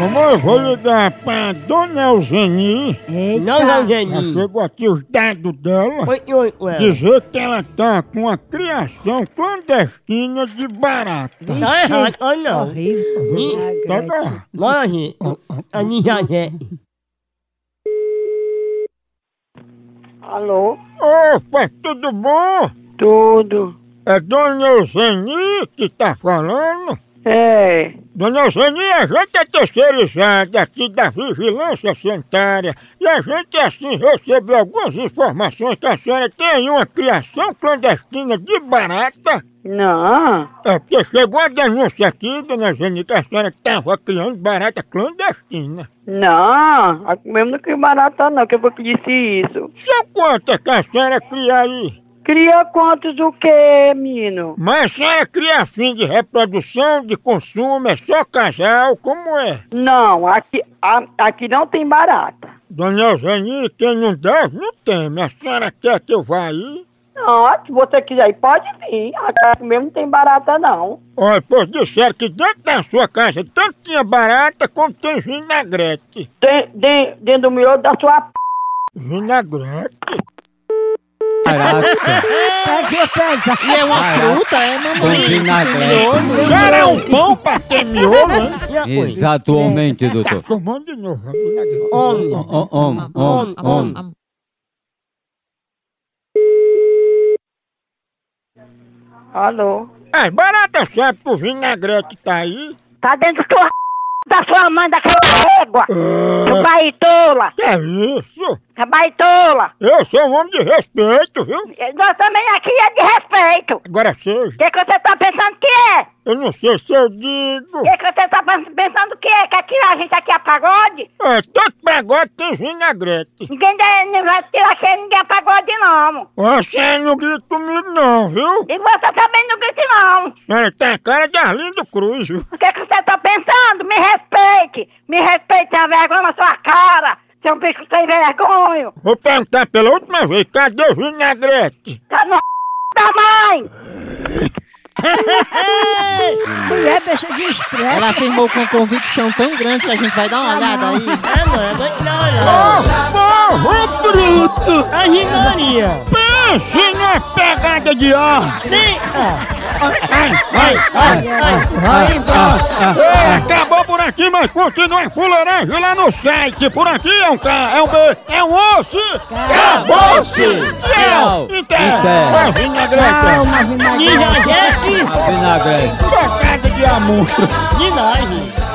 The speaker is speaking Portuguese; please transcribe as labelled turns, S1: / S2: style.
S1: Mamãe, eu vou ligar pra Dona Eugenie.
S2: Eita.
S3: Não, não,
S1: Já
S3: Geni.
S1: chegou aqui os dados dela.
S3: Hum. Oi, oi, ué.
S1: Dizer que ela tá com a criação clandestina de barata.
S3: Tá errado, ou não?
S2: Horrível.
S3: Ih,
S1: Tá
S2: Lagrete.
S1: bom.
S3: Bora, gente. A ninja é.
S4: Alô?
S1: Opa, tudo bom?
S4: Tudo?
S1: É Dona Eugenie que tá falando?
S4: É,
S1: Dona Eugenia, a gente é terceirizada aqui da Vigilância Sanitária e a gente assim recebeu algumas informações que a senhora tem uma criação clandestina de barata.
S4: não,
S1: É porque chegou a denúncia aqui, Dona Eugenia, que a senhora estava criando barata clandestina.
S4: não, a- mesmo que barata não, que foi que disse isso.
S1: São quantas que a senhora cria aí?
S4: Cria quantos o quê, menino?
S1: Mas a senhora cria a fim de reprodução, de consumo, é só casal, como é?
S4: Não, aqui, a- aqui não tem barata.
S1: Dona Eugenia, quem não deve, não teme. A senhora quer que eu vá aí?
S4: Não, se você quiser, ir, pode vir, aqui mesmo não tem barata não.
S1: Olha, pois disseram que dentro da sua casa tanto tinha barata como tem vinagrete.
S4: Tem, de- dentro do miolo da sua p...
S1: Vinagrete?
S2: Pegou pesado.
S5: E é uma fruta, é, mamãe?
S3: Miolo,
S1: Cara, é um pão pra ter miolo, hein?
S3: E a coisa?
S6: Exatamente,
S1: Tá
S6: doutor.
S1: chamando de novo. a vinagrete.
S3: Homem.
S6: Om, om, om, om.
S4: Alô?
S1: As baratas sabem que o vinagrete tá aí.
S7: Tá dentro do da sua mãe, daquela régua. Seu baitola,
S1: Que é isso?
S7: seu baitola.
S1: Eu sou um homem de respeito, viu?
S7: Nós também aqui é de respeito. O
S1: Agora seja.
S7: que, que você tá pensando que é?
S1: Eu não sei se eu digo.
S7: O que, que você tá pens- pensando que é? Que aqui a gente aqui é pagode?
S1: É, todo pagode tem vinagrete.
S7: Ninguém dá- não vai tirar que ninguém é pagode, não.
S1: Ó, A senhora não grita comigo não, viu?
S7: E você também não grite, não.
S1: A senhora tem a cara de Arlindo Cruz, viu?
S7: O que, que você tá pensando? Me respeite. Me respeite, tenha vergonha na sua cara. Seu bicho sem vergonha.
S1: Vou perguntar pela última vez, cadê o vinagrete?
S7: Tá no da mãe.
S2: Mulher deixa de estresse.
S5: Ela afirmou com convicção tão grande que a gente vai dar uma olhada aí.
S3: É, não, é doido, não, não.
S1: Porra, bruto!
S3: A ginaria.
S1: Pense numa pegada de ar!
S3: Nem. Ah,
S1: Ai, ai, ai, ai, ai, Acabou por aqui, mas continua em fuleiragem lá no site. Por aqui é um K, é um B, é um osso! Acabou-se! Então, Tchau!
S6: Inter.
S1: Inter! Vinagrete!
S2: Calma, Vinagrete.
S3: Ninja é isso.
S6: Vinagrete.
S1: Pegada de ar, monstro!
S3: Ninja.